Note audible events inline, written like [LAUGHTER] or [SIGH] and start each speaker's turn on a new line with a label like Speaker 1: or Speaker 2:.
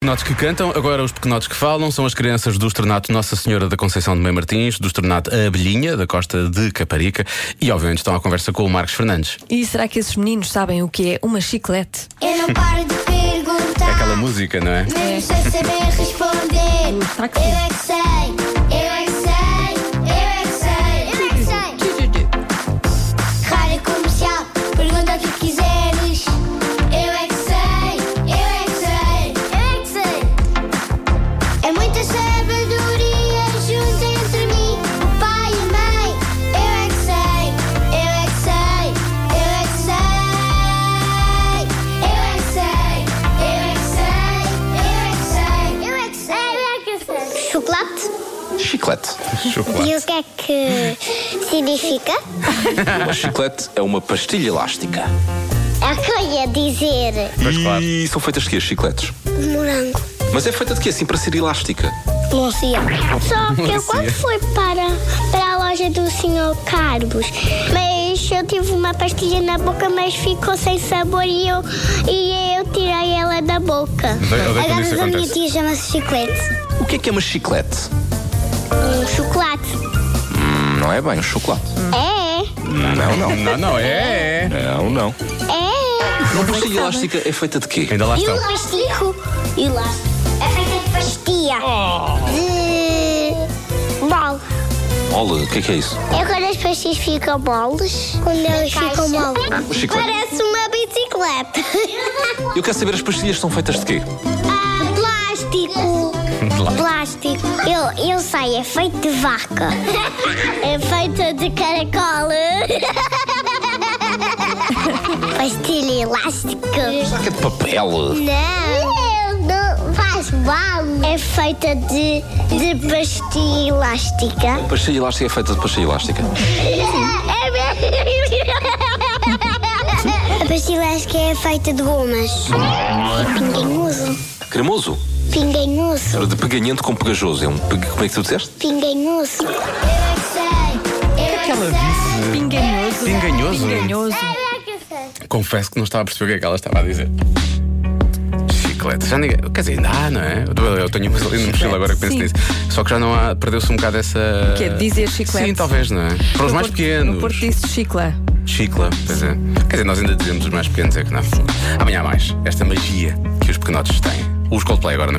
Speaker 1: pequenotes que cantam, agora os pequenotes que falam são as crianças do Estrenato Nossa Senhora da Conceição de Mãe Martins, do Estrenato A Abelhinha, da Costa de Caparica, e obviamente estão à conversa com o Marcos Fernandes.
Speaker 2: E será que esses meninos sabem o que é uma chiclete?
Speaker 3: Eu não paro de
Speaker 1: É
Speaker 3: perguntar.
Speaker 1: aquela música, não é?
Speaker 2: [LAUGHS]
Speaker 3: Mesmo sem saber responder.
Speaker 2: Hum, será que
Speaker 3: eu
Speaker 2: sim?
Speaker 3: é que sei. Eu é que sei. Eu é que sei. Eu é que sei. Rádio comercial. Pergunta o que quiseres. Eu é que sei. Eu é que sei. Eu é que sei. É muita sabedoria junta entre mim, o pai e a mãe. Eu é que sei. Eu é que sei. Eu é que sei. Eu é que sei, eu é que sei, eu é que sei, eu é que sei, eu é que sei. Chocolate?
Speaker 4: Chiclete.
Speaker 1: Chocolate.
Speaker 3: E o que é que significa?
Speaker 4: Uma chiclete é uma pastilha elástica.
Speaker 3: É o que eu ia dizer.
Speaker 1: Pois
Speaker 4: e
Speaker 1: claro.
Speaker 4: são feitas de quê, as chicletes?
Speaker 3: Morango.
Speaker 4: Mas é feita de quê, assim, para ser elástica?
Speaker 3: Não sei. Só que eu quando fui para, para a loja do Sr. Carlos, mas eu tive uma pastilha na boca, mas ficou sem sabor e eu, e eu tirei ela da boca.
Speaker 1: Odeio- odeio quando Então, isso
Speaker 3: Agora a minha
Speaker 1: acontece.
Speaker 3: tia chama-se chiclete.
Speaker 4: O que é que é uma chiclete?
Speaker 3: Um chocolate.
Speaker 4: Hum, Não é bem um chocolate.
Speaker 3: É,
Speaker 4: Não, não.
Speaker 1: Não, não, é, é.
Speaker 4: Não, não.
Speaker 3: é.
Speaker 4: Uma pastilha elástica é feita de quê?
Speaker 1: Ainda lá
Speaker 3: E
Speaker 1: estão.
Speaker 3: o castigo? E lá. É feita de pastilha.
Speaker 1: Oh.
Speaker 3: De. bola.
Speaker 4: Olha, o que é que é isso?
Speaker 3: É quando as pastilhas ficam moles. Quando elas ficam
Speaker 4: Um
Speaker 3: moles.
Speaker 4: chiclete.
Speaker 3: uma [LAUGHS] bicicleta.
Speaker 4: Eu quero saber, as pastilhas são feitas de quê?
Speaker 3: ah, plástico. Plástico. Eu, eu sei, é feito de vaca. é feito de [LAUGHS] caracol. Pastilha elástica.
Speaker 4: Será que é de papel?
Speaker 3: Não. Não faz mal. É feita de, de pastilha elástica.
Speaker 4: Pastilha elástica é feita de pastilha elástica.
Speaker 3: É A pastilha elástica é feita de gomas. é. Pinganhoso.
Speaker 4: Cremoso?
Speaker 3: Pinganhoso.
Speaker 4: Era de peganhento com pegajoso. É um peg... Como é que tu disseste?
Speaker 3: Pinganhoso. Eu é que sei. Eu é que
Speaker 2: Aquela Pinganhoso.
Speaker 1: Pinganhoso?
Speaker 2: Pinganhoso.
Speaker 3: sei.
Speaker 1: Confesso que não estava a perceber o que é que ela estava a dizer. Chiclete. Já ninguém. Quer dizer, ainda há, não é? Eu- Eu tenho umas ali no mochila agora que penso
Speaker 2: Sim.
Speaker 1: nisso. Só que já não há. Perdeu-se um bocado essa.
Speaker 2: Que é dizer chiclete.
Speaker 1: Sim, talvez, não é? Para os
Speaker 2: No
Speaker 1: mais
Speaker 2: Porto- No
Speaker 1: pequenos.
Speaker 2: Porto disse chicla.
Speaker 1: Chicla, pois é. Quer dizer, nós ainda dizemos os mais pequenos é que não. Amanhã há mais. Esta magia que os pequenotes têm. Os Coldplay agora na